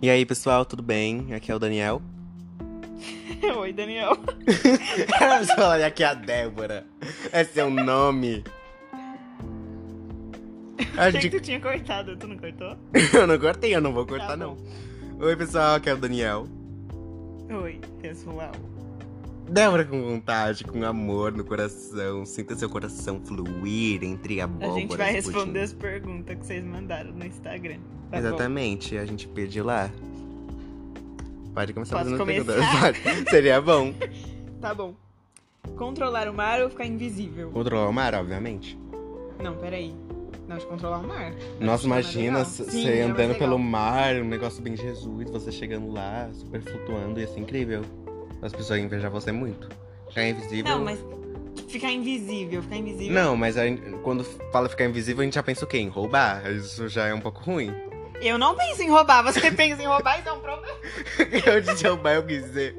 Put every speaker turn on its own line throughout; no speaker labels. E aí, pessoal, tudo bem? Aqui é o Daniel.
Oi, Daniel.
Cara, você falar aqui é a Débora. É seu nome. A
Achei que
gente-
tu tinha cortado, tu não cortou?
Eu não cortei, eu não vou cortar,
Tá
não.
bom.
Oi, pessoal, aqui é o Daniel.
Oi, pessoal.
Débora com vontade, com amor no coração. Sinta seu coração fluir entre
A
abóboras.
gente vai
explodindo.
responder as perguntas que vocês mandaram no Instagram. Tá bom?
Exatamente, a gente pediu lá. Pode começar
Posso
fazendo as
começar?
perguntas. Pode. Seria bom.
Tá bom. Controlar o mar ou ficar invisível?
Controlar o mar, obviamente.
Não, peraí. Não, de controlar o mar.
Nossa,
que é mais
imagina
legal.
c-
Sim,
você
é mais
andando
legal.
pelo mar, um negócio bem Jesus, você chegando lá, super flutuando, ia ser incrível. As pessoas iam invejar você muito. Ficar invisível.
Não, mas ficar invisível, ficar invisível.
um Não, mas a gente- quando fala ficar invisível, a gente já pensa o quê? Em roubar. Isso já é um pouco ruim.
Eu não penso em roubar, você pensa em roubar, isso é um problema.
eu disse roubar, eu quis dizer.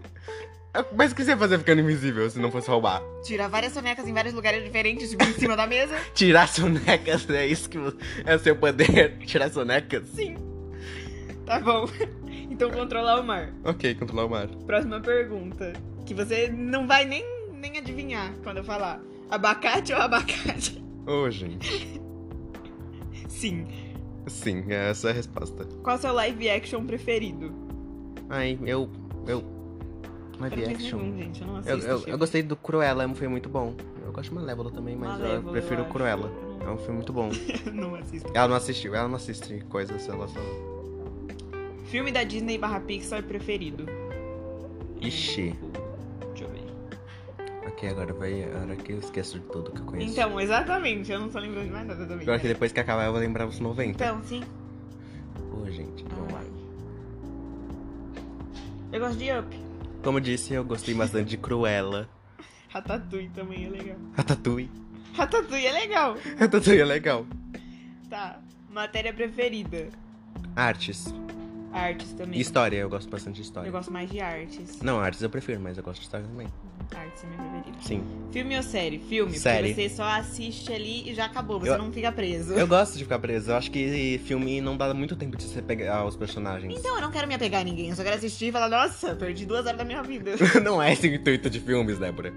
Mas o que você ia fazer ficando invisível se não fosse roubar?
Tirar várias sonecas em vários lugares diferentes, subir em cima da mesa.
Tirar sonecas, é isso que vo- é o seu poder? Tirar sonecas?
Sim. Tá bom. Então controlar o mar.
Ok, controlar o mar.
Próxima pergunta. Que você não vai nem, nem adivinhar quando eu falar. Abacate ou abacate?
Ô, gente.
Sim.
Sim, essa é a resposta.
Qual seu live action preferido?
Ai, eu. Eu. Live
eu não fiz
action.
nenhum, gente. Eu não assisto.
Eu, eu,
chega.
eu gostei do Cruella, foi muito bom. Eu gosto de Malévola também, mas
Malévola,
eu prefiro
acho.
Cruella.
Eu
É um filme muito bom.
não- não assisto.
Ela não assistiu, ela não assiste coisas, ela só.
Filme da Disney barra Pixar preferido? Hum,
Ixi.
Deixa eu ver.
Ok, agora vai. A hora que eu esqueço de tudo que eu conheço.
Então, exatamente. Eu não tô lembrando de mais nada também.
Agora que é depois que acabar eu vou lembrar os 90.
Então, sim.
Ô, gente,
Ah.
vamos lá.
Eu gosto de Up.
Como eu disse, eu gostei bastante de Cruella.
Ratatouille também é legal.
Ratatouille.
Ratatouille é legal.
Ratatouille é legal.
Tá. Matéria preferida?
Artes.
Artes também.
E História, eu gosto bastante de história.
Eu gosto mais de artes.
Não, artes eu prefiro, mas eu gosto de história também.
Artes é minha preferida.
Sim.
Filme ou série? Filme,
Série.
porque você só assiste ali e já acabou, você
Eu-
não fica preso.
Eu gosto de ficar preso. Eu acho que filme não dá muito tempo de você pegar os personagens.
Então eu não quero me apegar a ninguém, eu só quero assistir e falar, nossa, perdi duas horas da minha vida.
não é esse o intuito de filmes, Débora.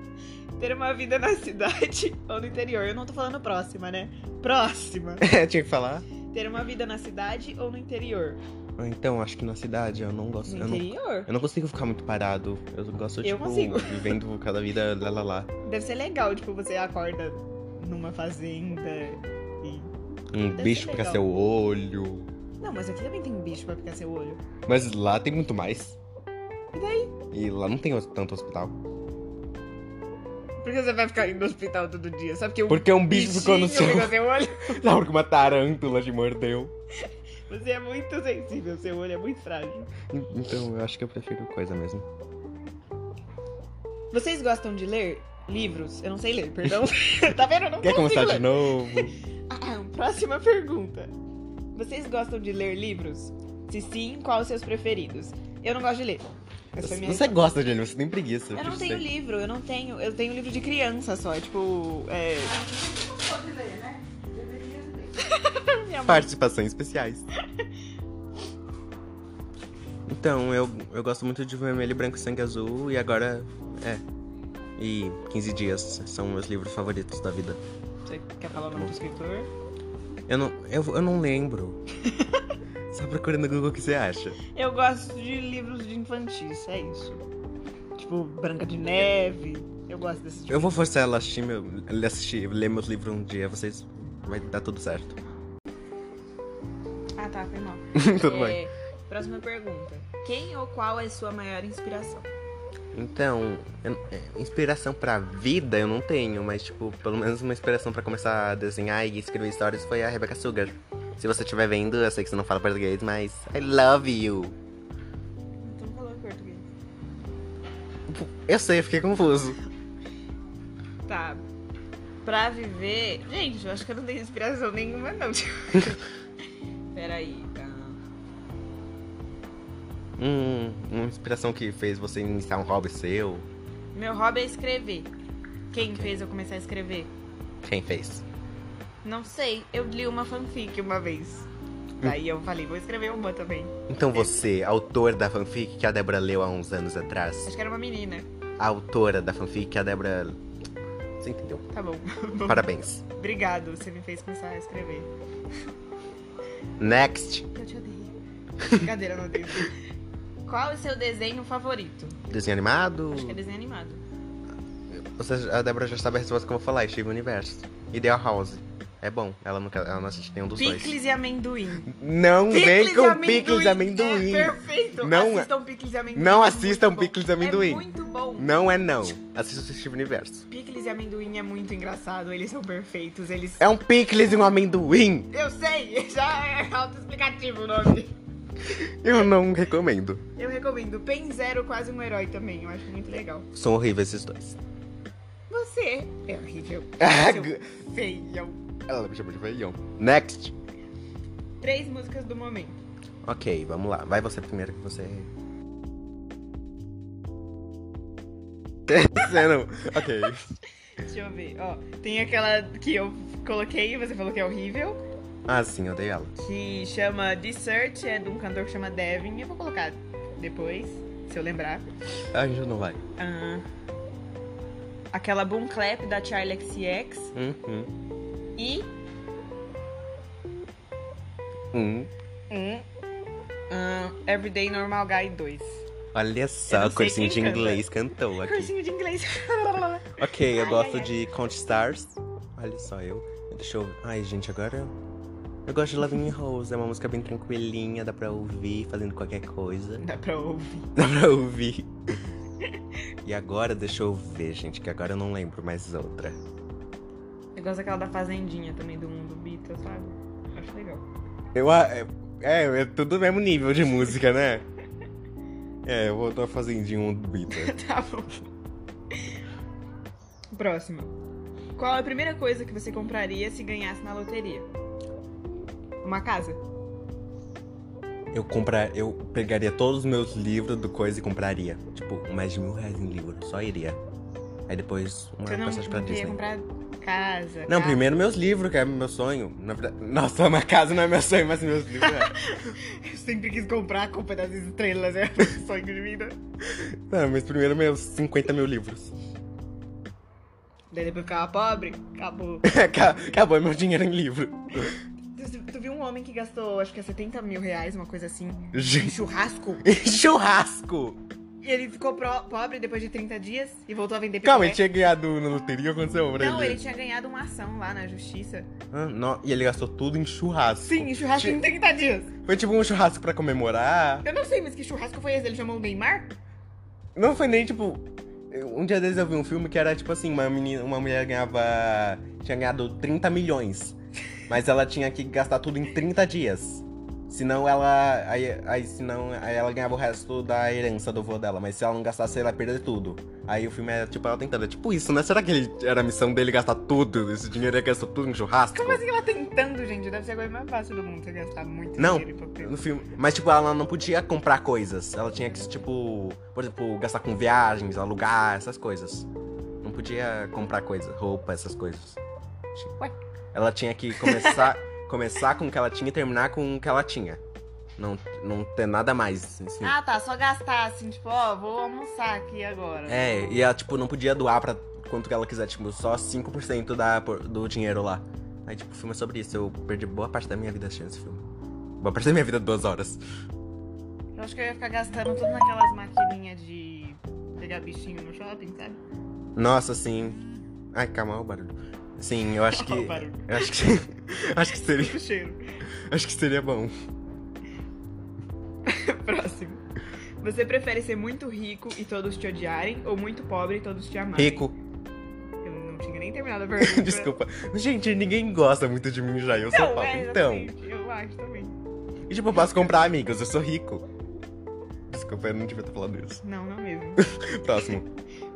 Ter uma vida na cidade ou no interior. Eu não tô falando próxima, né? Próxima.
É, tinha que falar.
Ter uma vida na cidade ou no interior?
Ah, Então, acho que na cidade eu não gosto.
No
Eu não,
interior?
eu não consigo ficar muito parado. Eu gosto,
Eu
tipo,
consigo.
vivendo cada vida lá lá lá.
Deve ser legal, tipo, você acorda numa fazenda e.
Um
ser
bicho pra
legal.
seu olho.
Não, mas aqui também tem bicho pra picar seu olho.
Mas lá tem muito mais.
E
daí? E lá não tem hos- tanto hospital.
Por que você vai ficar indo no hospital todo dia? Só porque o
Porque um bicho ficou no seu.
bichinho pegou seu olho?
Não, porque uma tarântula te mordeu.
Você é muito sensível, seu olho é muito frágil.
Então, eu acho que eu prefiro coisa mesmo.
Vocês gostam de ler livros? Eu não sei ler, perdão. tá vendo? Eu não
Quer
consigo
começar de
ler.
novo?
Ah, próxima pergunta. Vocês gostam de ler livros? Se sim, qual os seus preferidos? Eu não gosto de ler. Essa foi a minha
Você gosta de ele, você tem preguiça.
Eu não
sei.
tenho livro, eu não tenho. Eu tenho livro de criança só, é tipo. É... Minha mãe.
Participações especiais. então, eu, eu gosto muito de Vermelho, Branco e Sangue Azul e agora. É. E 15 Dias são meus livros favoritos da vida.
Você quer falar o nome do escritor?
Eu não, eu, eu não lembro. Só procura no Google o que você acha.
Eu gosto de livros de infantis, é isso. Tipo, Branca de Neve. Eu gosto desse tipo.
Eu vou forçar ela a assistir, meu, ela assistir ler meus livros um dia, vocês. Vai dar tudo certo.
Ah, tá, foi mal.
tudo
É,
bem.
Próxima pergunta. Quem ou qual é sua maior inspiração?
Então, eu- é, inspiração pra vida eu não tenho, mas, tipo, pelo menos uma inspiração pra começar a desenhar e escrever histórias foi a Rebecca Sugar. Se você estiver vendo, eu sei que você não fala português, mas I love you.
Então falou em português.
Eu sei, eu fiquei confuso.
Tá. Pra viver. Gente, eu acho que eu não tenho inspiração nenhuma, não. Peraí. ah,
Hum, uma inspiração que fez você iniciar um hobby seu.
Meu hobby é escrever. Quem
Ok.
fez eu começar a escrever?
Quem fez?
Não sei. Eu li uma fanfic uma vez.
Hum.
Daí eu falei, vou escrever uma também.
Então você, autor da fanfic que a Débora leu há uns anos atrás,
Acho que era uma menina.
a autora da fanfic que a Débora. Você entendeu?
Tá bom.
Parabéns.
Obrigado, você me fez começar a escrever.
Next!
Eu te odeio. Brincadeira, não odeio. Qual é o seu desenho favorito?
Desenho animado.
Acho que é desenho animado.
Você, a Débora já sabe a resposta que eu vou falar, Steve Universo. Ideal House. É bom, ela nunca. Ela não assiste nenhum dos dois.
Picles e amendoim.
Não vem com
amendoim.
picles de amendoim.
É perfeito.
Não-
assistam picles e amendoim.
não
é
assistam
muito bom.
picles e amendoim.
É muito bom.
Não é não. Assista o Steve Universo.
Picles e amendoim é muito engraçado. Eles são perfeitos. Eles.
É um picles e um amendoim.
Eu sei, já é autoexplicativo o nome.
Eu não recomendo.
Eu recomendo. Pen Zero, quase um herói também. Eu acho muito legal.
São horríveis esses dois.
Você é horrível.
Ah,
Seu
g-
Feião.
Ela me chamou de veião. Next.
Três músicas do momento.
Ok, vamos lá. Vai você primeiro que você. você é não. Ok.
Deixa eu ver. Ó, tem aquela que eu coloquei e você falou que é horrível.
Ah, sim, eu dei ela.
que chama The Search, é de um cantor que chama Devin. Eu vou colocar depois, se eu lembrar.
A gente não vai.
Ah, aquela Boom Clap da Charlie XCX
Uhum.
e.
Hum.
Um, ah, Everyday Normal Guy 2.
Olha
Eu
só,
não sei
cursinho de
quem canta.
inglês cantou aqui.
Cursinho de inglês.
Ok, eu
Ai,
gosto
ai, ai.
de Count Stars. Olha só, eu. Deixa eu. Ai, gente, agora. eu- Eu gosto de Loving Rose. É uma música bem tranquilinha, dá pra ouvir fazendo qualquer coisa.
Dá pra ouvir.
Dá pra ouvir. E agora, deixa eu ver, gente, que agora eu não lembro mais outra.
Eu gosto daquela da Fazendinha também, do mundo Beatles, sabe? Acho legal.
Eu. a- É, é, é tudo mesmo nível de música, né? É, eu vou dar fazendinho um Beatles.
tá bom. Próximo. Qual a primeira coisa que você compraria se ganhasse na loteria? Uma casa?
Eu comprar, eu pegaria todos os meus livros do coisa e compraria. Tipo, mais de mil reais em livro, só iria. Aí depois uma
Você não,
passagem pra
não
Disney.
queria comprar casa?
Não,
carro?
primeiro meus livros, que é meu sonho. Na verdade, nossa, uma casa não é meu sonho, mas meus livros é.
Eu sempre quis comprar a culpa das estrelas, é um sonho de vida.
Não, mas primeiro meus 50 mil livros.
Daí depois eu ficava pobre, acabou.
Ca- Acabou meu dinheiro em livro.
tu, tu viu um homem que gastou, acho que é 70 mil reais, uma coisa assim, em
Gente,
churrasco?
churrasco!
E ele ficou pro- pobre depois de 30 dias e voltou a vender
Calma, ele tinha
picolé.
ganhado na loteria, aconteceu né? pra
é? Não, ele
ele?
tinha ganhado uma ação lá na justiça.
Ah, não, e ele gastou tudo em churrasco.
Sim, em churrasco em 30 dias.
Foi tipo um churrasco pra comemorar.
Eu não sei, mas que churrasco foi esse? Ele chamou o Neymar?
Não foi nem tipo. eu- Um dia desses eu vi um filme que era tipo assim: uma, menina, uma mulher ganhava. tinha ganhado 30 milhões. Mas ela tinha que gastar tudo em 30 dias. Senão ela. Aí, aí, senão, aí ela ganhava o resto da herança do vô dela. Mas se ela não gastasse, ela ia perder tudo. Aí o filme era tipo ela tentando. É tipo isso, né? Será que ele, era a missão dele gastar tudo? Esse dinheiro ele gastou tudo em churrasco?
Como assim ela tentando, gente? Deve ser a coisa mais fácil do mundo você gastar muito
Não.
dinheiro em papel.
No filme. Mas, tipo, ela não podia comprar coisas. Ela tinha que, tipo, por exemplo, gastar com viagens, alugar, essas coisas. Não podia comprar coisas, roupa, essas coisas.
Ué?
Ela tinha que começar, começar com o que ela tinha e terminar com o que ela tinha. Não, não ter nada mais. assim, assim.
Ah, tá, só gastar assim, tipo, ó, vou almoçar aqui agora.
É, e ela, tipo, não podia doar pra quanto que ela quiser, tipo, só 5% da, por- do dinheiro lá. Aí, tipo, o filme é sobre isso. Eu perdi boa parte da minha vida assistindo esse filme. Boa parte da minha vida, duas horas.
Eu acho que eu ia ficar gastando tudo naquelas maquininhas de pegar bichinho no shopping, sabe?
Nossa, sim. Ai, calma, olha o barulho. Sim, eu acho que.
Ó, o barulho.
eu acho que. acho que seria.
O cheiro.
Acho que seria bom.
Próximo. Você prefere ser muito rico e todos te odiarem ou muito pobre e todos te amarem?
Rico.
Eu não tinha nem terminado a pergunta.
Desculpa. Gente, ninguém gosta muito de mim já. Eu sou
Não,
pobre.
é,
então.
exatamente. Eu acho também.
E tipo, eu posso comprar amigos, eu sou rico. Desculpa, eu não devia estar falando isso.
Não, não mesmo.
Próximo.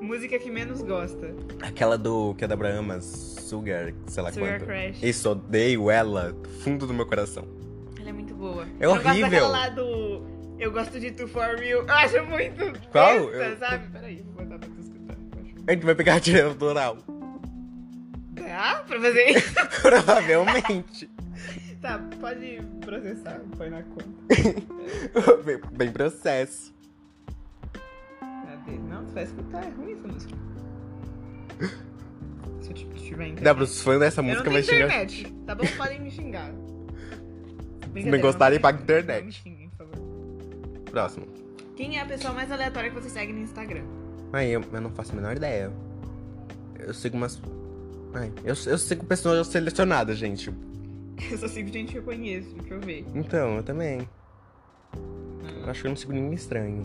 Música que menos gosta.
Aquela do que é da Brahma, Sugar, sei lá
Sugar
quanto.
Crash.
Isso, odeio ela, do fundo do meu coração.
Ela é muito boa.
É
Eu gosto
horrível.
daquela lá do... Eu gosto de Tu For Real. Eu acho muito
Qual?
besta,
Eu-
sabe? Peraí, vou botar pra tu escutar. eu acho.
A gente vai pegar direito do oral.
Dá pra fazer isso?
Provavelmente.
Tá, pode processar, põe na conta.
Bem- Bem processo.
Cadê? Não, tu vai escutar, é ruim essa música. Se eu t- tiver internet.
Dá pros fãs dessa
eu não
música
tenho
vai xingar.
internet, tá bom? Podem me xingar.
Se
Brincadeira,
não gostarem,
me
paga
xinguem, Não me
internet.
xinguem, por favor.
Próximo.
Quem é a pessoa mais aleatória que você segue no Instagram?
Ai, eu, eu não faço a menor ideia. Eu sigo umas. Ai, eu, eu sigo pessoas selecionadas, gente.
Eu só sigo gente que eu conheço, deixa eu ver.
Então, eu também. Eu acho que eu não sigo ninguém estranho.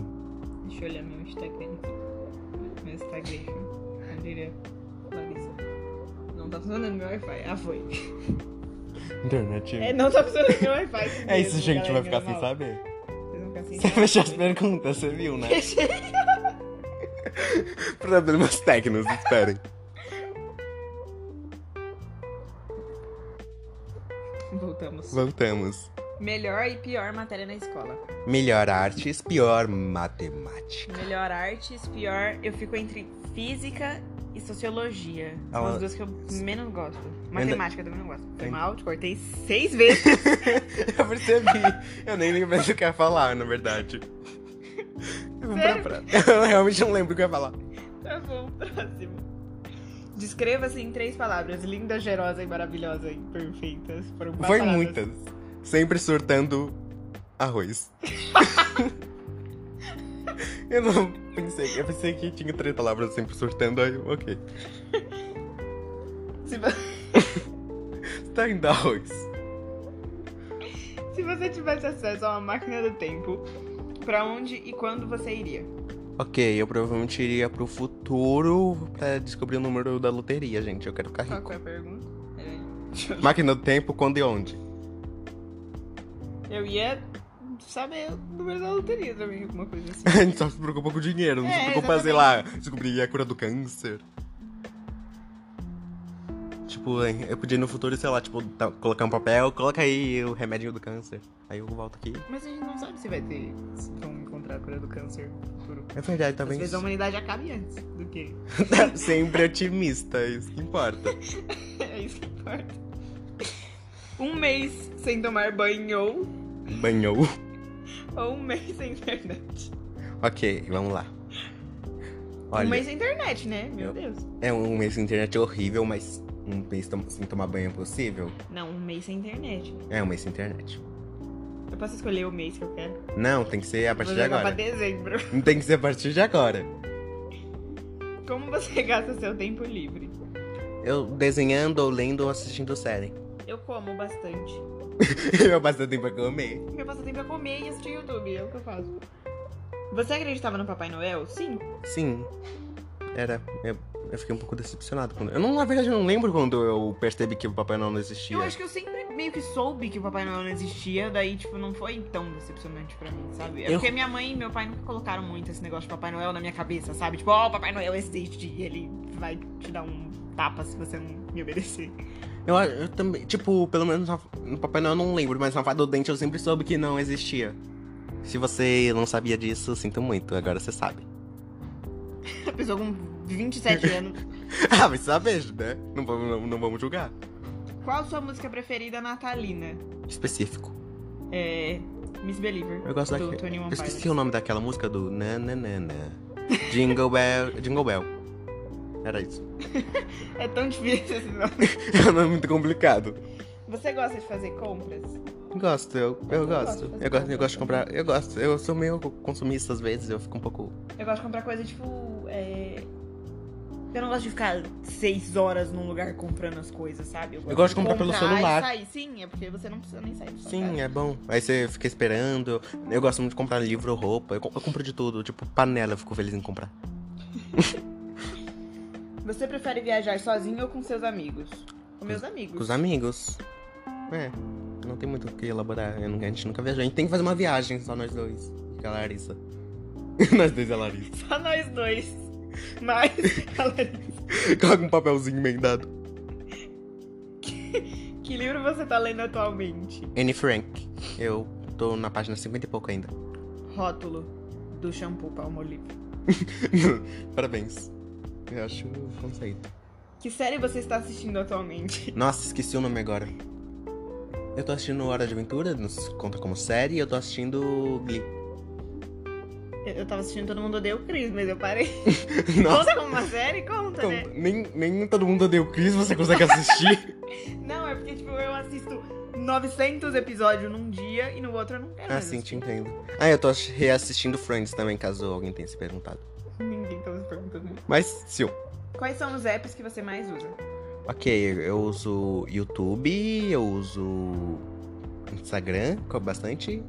Deixa eu olhar meu Instagram aqui. Meu Instagram. Eu diria. Larissa. Não tá funcionando meu Wi-Fi. Ah, foi.
Internet.
É, não tá funcionando meu Wi-Fi.
É isso,
mesmo,
gente, vai
galerinha,
ficar sem
normal.
saber.
Vocês vão ficar assim, sem
Você fechou as perguntas, você viu, né?
saber.
Problemas técnicos, esperem.
Voltamos.
Voltamos.
Melhor e pior matéria na escola.
Melhor artes, pior matemática.
Melhor artes, pior. Eu fico entre física e sociologia. São
Ah,
as duas que eu menos gosto.
Ainda-
Matemática eu também não gosto. Foi
Ainda-
mal, te cortei seis vezes.
eu percebi. Eu nem lembro mais o que eu ia falar, na verdade. Eu, vou pra
Sério?
pra- eu realmente não lembro o que eu ia falar.
tá bom, próximo. Descreva-se em três palavras: linda, gerosa e maravilhosa e perfeita. Foram quatro
Foi
palavras.
muitas. Sempre surtando arroz. eu não pensei. Eu pensei que tinha três palavras sempre surtando, aí eu, ok.
Se, vo-
Tá indo arroz.
se você tivesse acesso a uma máquina do tempo, pra onde e quando você iria?
Ok, eu provavelmente iria pro futuro pra descobrir o número da loteria, gente. Eu quero ficar
Qual
rico.
que é a pergunta? É. Peraí.
Máquina do tempo, quando e onde?
Eu ia saber o número da loteria também, alguma coisa assim.
A gente só se preocupa com dinheiro, não
É,
se preocupa, sei lá, descobrir a cura do câncer. Tipo, hein, eu podia ir no futuro, sei lá, tipo, tá- colocar um papel, coloca aí o remédio do câncer. Aí eu volto aqui.
Mas a gente não sabe se vai ter. Se vão encontrar a cura do câncer no futuro.
É verdade,
Às
talvez.
vezes a humanidade acabe antes do que.
Sempre otimista, isso que importa.
É isso que importa. Um mês sem tomar banho ou,
Banhou.
ou um mês sem internet.
Ok, vamos lá. Olha,
Um mês sem internet, né? Meu
Eu-
Deus.
é um mês de internet horrível, mas um mês tom- sem tomar banho é possível?
Não, um mês sem internet.
É um mês sem internet.
Eu posso escolher o mês que eu quero.
Não, tem que ser a partir
Vou
de
jogar pra
agora.
dezembro.
Não tem que ser a partir de agora.
Como você gasta seu tempo livre?
Eu desenhando, ou lendo ou assistindo série.
Eu como bastante.
eu passo tempo pra comer.
Meu passatempo é comer e assistir YouTube, é o que eu faço. Você acreditava no Papai Noel? Sim.
Sim. Era. Eu, eu fiquei um pouco decepcionado quando. Eu não, na verdade, eu não lembro quando eu percebi que é. o Papai Noel não existia.
Eu acho que eu sempre meio que soube que o Papai Noel não existia, daí, tipo, não foi tão decepcionante pra mim, sabe? É
Eu-
porque minha mãe e meu pai nunca colocaram muito esse negócio de Papai Noel na minha cabeça, sabe? Tipo, ó, o Papai Noel existe e ele vai te dar um tapa se você não me obedecer.
Eu, a- eu também. Tipo, pelo menos na- no Papai Noel eu não lembro, mas na Fada do Dente eu sempre soube que não existia. Se você não sabia disso, sinto muito, agora você sabe.
A pessoa com 27 anos.
ah, mas sabe, né? Não vamos, não, não vamos julgar.
Qual sua música preferida natalina?
Específico.
É. Miss Believer.
Eu gosto
do
daquele-
Tony
Eu
One
esqueci o nome daquela música do nananana. Jingle Bell. Jingle Bell. Era isso.
É tão difícil esse nome.
É um nome muito complicado.
Você gosta de fazer compras?
Gosto, eu, eu
gosto
gosto.
de fazer
Eu gosto, eu gosto de
compras
comprar. Eu gosto. Eu sou meio consumista às vezes, eu fico um pouco.
Eu gosto de comprar coisa tipo. É... Eu não gosto de ficar seis horas num lugar comprando as coisas, sabe?
Eu gosto de comprar pelo celular.
E sair. Sim, é porque você não precisa nem sair do
Sim, é bom. Aí você fica esperando. Eu gosto muito de comprar livro, roupa. Eu, co- eu compro de tudo. Tipo, panela, eu fico feliz em comprar. é.
Você prefere viajar sozinho ou com seus amigos? Com meus amigos.
Com os amigos. É. Não tem muito o que elaborar. Eu nunca- a gente nunca viajou. A gente tem que fazer uma viagem só nós dois. Com a Larissa. nós dois e a Larissa.
Só nós dois. Mas, galera,
Coloca um papelzinho emendado.
que livro você tá lendo atualmente?
Anne Frank. Eu tô na página 50 e pouco ainda.
Rótulo do shampoo Palmolive.
Parabéns. Eu acho o conceito.
Que série você está assistindo atualmente?
Nossa, esqueci o nome agora. Eu tô assistindo Hora de Aventura, nos conta como série, e eu tô assistindo Glee.
Eu, eu tava assistindo Todo Mundo Odeia o Cris, mas eu parei.
Nossa,
Conta como uma série? Conta,
então,
né?
nem, nem todo mundo odeia o Chris, você consegue assistir?
Não, é porque, tipo, eu assisto 900 episódios num dia e no outro eu não quero
ah,
mais
sim, te
assistir.
entendo. Ah, eu tô ass- reassistindo Friends também, caso alguém tenha se perguntado.
Ninguém tá me perguntando. isso.
Mas, sim,
Quais são os apps que você mais usa?
ok, eu uso YouTube, eu uso Instagram co- bastante,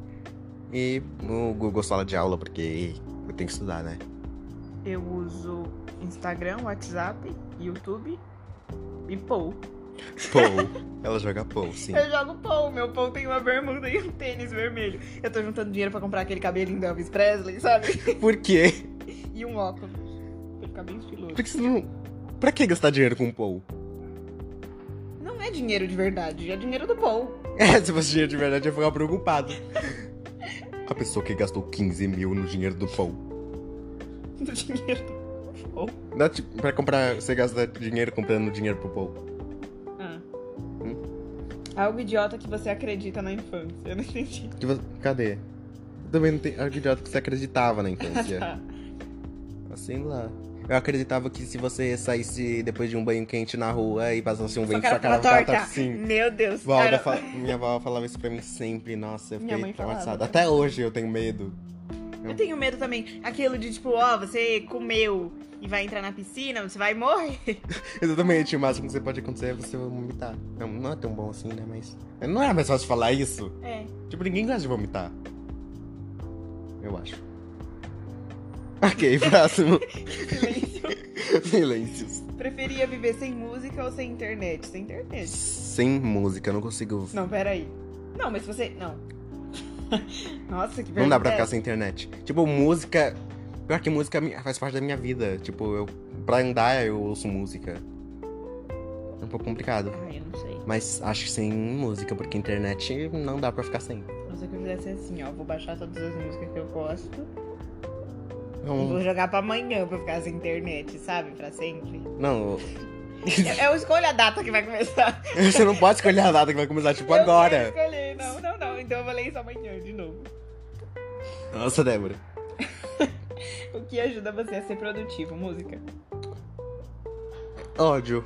e o Google Sala de Aula, porque eu tenho que estudar, né?
Eu uso Instagram, WhatsApp, YouTube e Pou.
Pou. Ela joga Pou, sim.
Eu jogo Pou. Meu Pou tem uma bermuda e um tênis vermelho. Eu tô juntando dinheiro pra comprar aquele cabelinho do Elvis Presley, sabe?
Por quê?
E um óculos. Pra ficar bem estiloso.
Por que você não... Pra que gastar dinheiro com um Pou?
Não é dinheiro de verdade, é dinheiro do Pou.
É, se fosse dinheiro de verdade, eu ia ficar preocupado. A pessoa que gastou 15 mil no dinheiro do Pou.
Do dinheiro do Pou.
Dá, tipo, pra comprar, você gasta dinheiro comprando dinheiro pro Paul.
Ah. Algo idiota que você acredita na infância. Eu não entendi.
Que vo- Tipo, Cadê? Eu também não tenho. Olha que idiota que você acreditava na infância.
Tá.
assim lá. Eu acreditava que se você saísse depois de um banho quente na rua e passasse um
Sua
vento,
cara
sua
ficava
cara ficava
torta.
torta assim.
Meu Deus.
Valda
cara.
fa- Minha avó falava isso pra mim sempre. Nossa, eu
Minha
fiquei
mãe falava.
traumatizada. Até hoje eu tenho medo.
Eu tenho medo também. Aquilo de tipo, ó, você comeu e vai entrar na piscina, você vai morrer.
Exatamente, o máximo que você pode acontecer é você vomitar. Não, não é tão bom assim, né? Mas. Não era mais fácil falar isso.
É.
Tipo, ninguém gosta de vomitar. Eu acho. Ok, próximo.
Silêncio.
Silêncios.
Preferia viver sem música ou sem internet? Sem internet.
Sem música, eu não consigo.
Não, peraí. Não, mas se você. Não. Nossa, que
Não dá pra
vergonha.
ficar sem internet. Tipo, música. Pior que música mi- faz parte da minha vida. Tipo, eu. Pra andar eu ouço música. É um pouco complicado.
Ai, eu não sei.
Mas acho que sem música, porque internet não dá pra ficar sem.
A Não sei que eu fizesse assim, ó. Vou baixar todas as músicas que eu gosto. e
Não,
Vou jogar pra amanhã pra ficar sem internet, sabe? Pra sempre. É,
não.
Eu, eu escolho a data que vai começar.
Você não pode escolher a data que vai começar, tipo,
Eu
agora.
quero escolher. Não, não, não. Então eu vou ler isso amanhã de novo.
Nossa, Débora.
O que ajuda você a ser produtivo? Música.
ódio.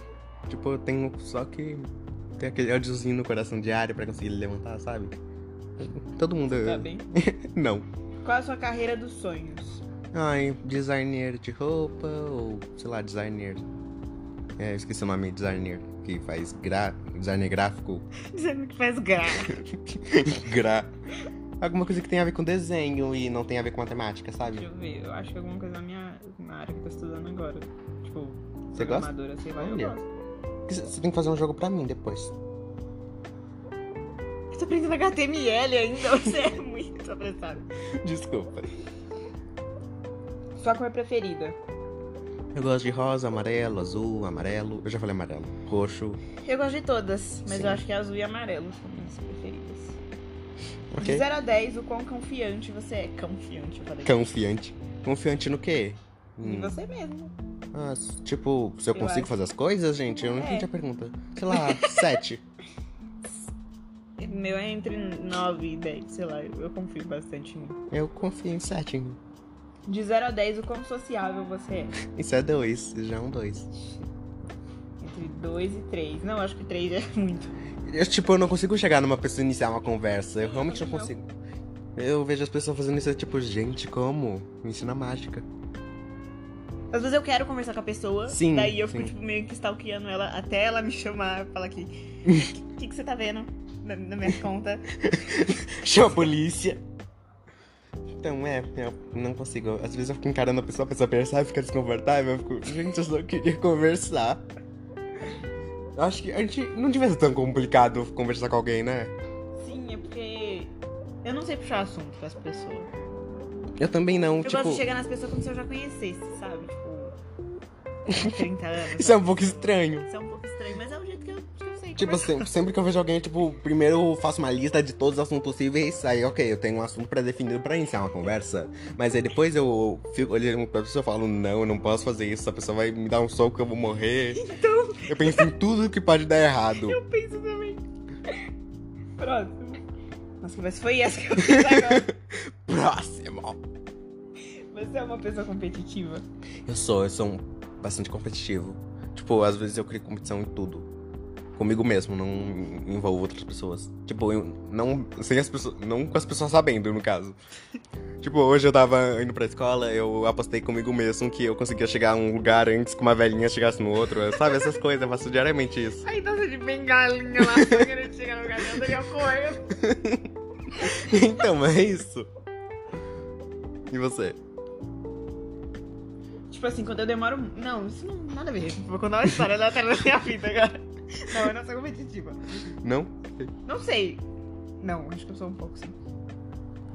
Tipo, eu tenho só que. Tem aquele ódiozinho no coração diário pra conseguir levantar, sabe? Todo mundo.
Tá bem?
Não.
Qual a sua carreira dos sonhos?
Ai, designer de roupa ou, sei lá, designer. É, eu esqueci o nome, designer. Que faz gra... designer gráfico.
Dizendo que faz graça.
gra. Alguma coisa que tem a ver com desenho e não tem a ver com matemática,
Deixa
sabe?
eu ver. Eu acho que alguma coisa na minha na área que eu tô estudando agora. Tipo,
Você gosta?
programadora, sei lá,
Olha.
eu gosto.
Porque Você tem que fazer um jogo pra mim depois.
Eu tô aprendendo HTML ainda, você é muito apressado.
Desculpa.
Sua cor preferida?
Eu gosto de rosa, amarelo, azul, amarelo. Eu já falei amarelo. Roxo.
Eu gosto de todas, mas
Sim.
eu acho que é azul e amarelo são minhas preferidas. De
Ok?
0 a 10, o quão confiante você é. Confiante, eu falei.
Confiante. Confiante no quê?
Em
Hum.
você mesmo.
Ah, s- tipo, se eu
Eu
consigo
acho.
fazer as coisas, gente, eu não
É.
entendi a pergunta. Sei lá, sete.
O Meu é entre 9 e 10, sei lá, eu eu confio bastante em mim.
Eu confio em sete. hein?
De 0 a 10, o quão sociável você é.
Isso é dois, já é um dois.
Entre 2 e 3. Não, acho que 3 é muito.
Eu, tipo, eu não consigo chegar numa pessoa e iniciar uma conversa. Eu
Eu
realmente não
também
consigo. Eu vejo as pessoas fazendo isso, eu, tipo, gente, como? Me ensina mágica.
Às vezes eu quero conversar com a pessoa,
Sim,
daí eu fico
sim.
tipo, meio que stalkeando ela até ela me chamar e falar que. O que, que você tá vendo na, na minha conta?
Chama a polícia. Então, é, eu não consigo. Às vezes eu fico encarando a pessoa, a pessoa percebe, fica desconfortável. Eu fico, gente, eu só queria conversar. Eu Acho que a gente não devia ser tão complicado conversar com alguém, né?
Sim, é porque. Eu não sei puxar assunto com as pessoas.
Eu também não,
Eu
tipo.
gosto de chegar nas pessoas como se eu já conhecesse, sabe? Tipo, há 30 anos.
Isso é um pouco estranho.
Isso é um pouco estranho, mas é o jeito que eu, que eu sei.
Tipo,
conversar.
se- sempre que eu vejo alguém, tipo, primeiro eu faço uma lista de todos os assuntos possíveis, aí, ok, eu tenho um assunto pré-definido pra iniciar uma conversa, mas aí depois eu fico olhando pra pessoa e falo, não, eu não posso fazer isso, a pessoa vai me dar um soco, eu vou morrer.
Então,
Eu penso em tudo que pode dar errado.
eu penso também. Próximo. Nossa, mas foi essa que eu fiz agora.
Próximo.
Você é uma pessoa competitiva.
Eu sou, eu sou um bastante competitivo. Tipo, às vezes eu crio competição em tudo. Comigo mesmo, não envolvo outras pessoas. Tipo, eu não sem as pessoas, não com as pessoas sabendo, no caso. tipo, hoje eu tava indo pra escola, eu apostei comigo mesmo que eu conseguia chegar a um lugar antes que uma velhinha chegasse no outro. Sabe essas coisas, eu faço diariamente isso.
Ai, dança de bengalinha lá, só querendo chegar no lugar dela, eu corro.
então, é isso. E você?
Tipo assim, quando eu demoro. Não, isso não nada a ver. Vou contar uma história aleatória da minha vida agora. Não, eu não sou competitiva.
Não?
Não sei. Não, acho que eu sou um pouco sim.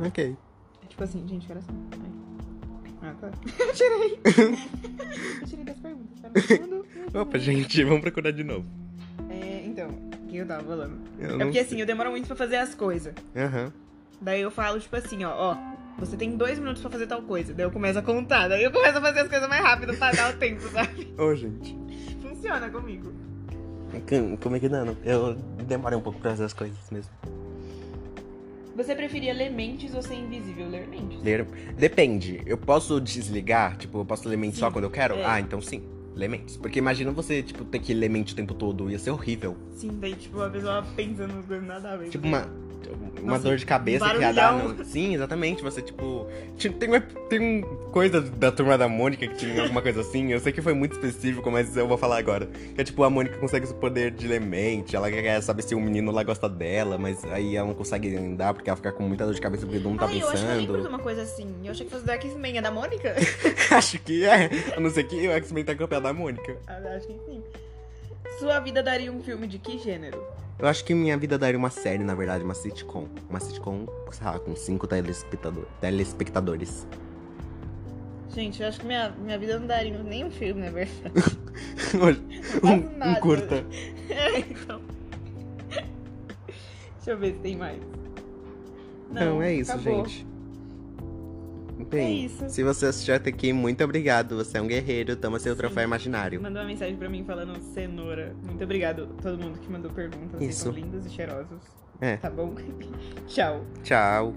OK.
É Tipo assim, gente, que horas são? Ai. Ah, tá. Eu tirei. eu tirei das perguntas. Tá no
Opa, gente, vamos procurar de novo.
É, então, o que eu tava falando?
Eu
É
não
porque
sei.
assim, eu demoro muito pra fazer as coisas.
Aham.
Daí eu falo, tipo assim, ó, ó, você tem dois minutos pra fazer tal coisa. Daí eu começo a contar, daí eu começo a fazer as coisas mais rápido pra dar o tempo, sabe?
Ô, gente.
Funciona comigo.
Com- Como é que não? Eu demorei um pouco pra fazer as coisas mesmo.
Você preferia ler mentes ou ser invisível? Ler mentes.
Ler- Depende. Eu posso desligar? Tipo, eu posso ler mente só
Sim.
quando eu quero?
É.
Ah, então sim. Ler mentes. Porque imagina você, tipo, ter que ler mente o tempo todo. Ia ser horrível.
Sim, daí tipo, a pessoa pensando nos coisas nada a ver.
Tipo, uma, uma
Nossa,
dor de cabeça que ia dar.
barulhão.
não. Sim, exatamente. Você, tipo. ti- Tem uma, tem um coisa da turma da Mônica que tinha alguma coisa assim. Eu sei que foi muito específico, mas eu vou falar agora. Que é tipo, a Mônica consegue esse poder de ler mente. Ela quer saber se o menino lá gosta dela, mas aí ela não consegue andar porque ela fica com muita dor de cabeça porque todo mundo tá
Ai, eu acho que eu lembro de
pensando.
uma coisa assim. Eu achei que fosse do X-Men, é da Mônica?
acho que é. A não ser que o X-Men tá campeão da Mônica.
Ah, acho que sim. Sua vida daria um filme de que gênero?
Eu acho que minha vida daria uma série, na verdade, uma sitcom. Uma sitcom, sei lá, com cinco telespectador- telespectadores.
Gente, eu acho que minha, minha vida não daria nenhum filme, na verdade. Quase
um, um
nada.
curta.
É, então. Deixa eu ver se tem mais.
Não, é isso,
acabou.
gente. Bem,
É isso.
se você assistiu até aqui, muito obrigado. Você é um guerreiro, toma seu
Sim.
troféu imaginário.
Mandou uma mensagem pra mim falando cenoura. Muito obrigado a todo mundo que mandou perguntas. Vocês
Isso.
Tá são lindos e cheirosos.
É.
Tá bom? Tchau.
Tchau.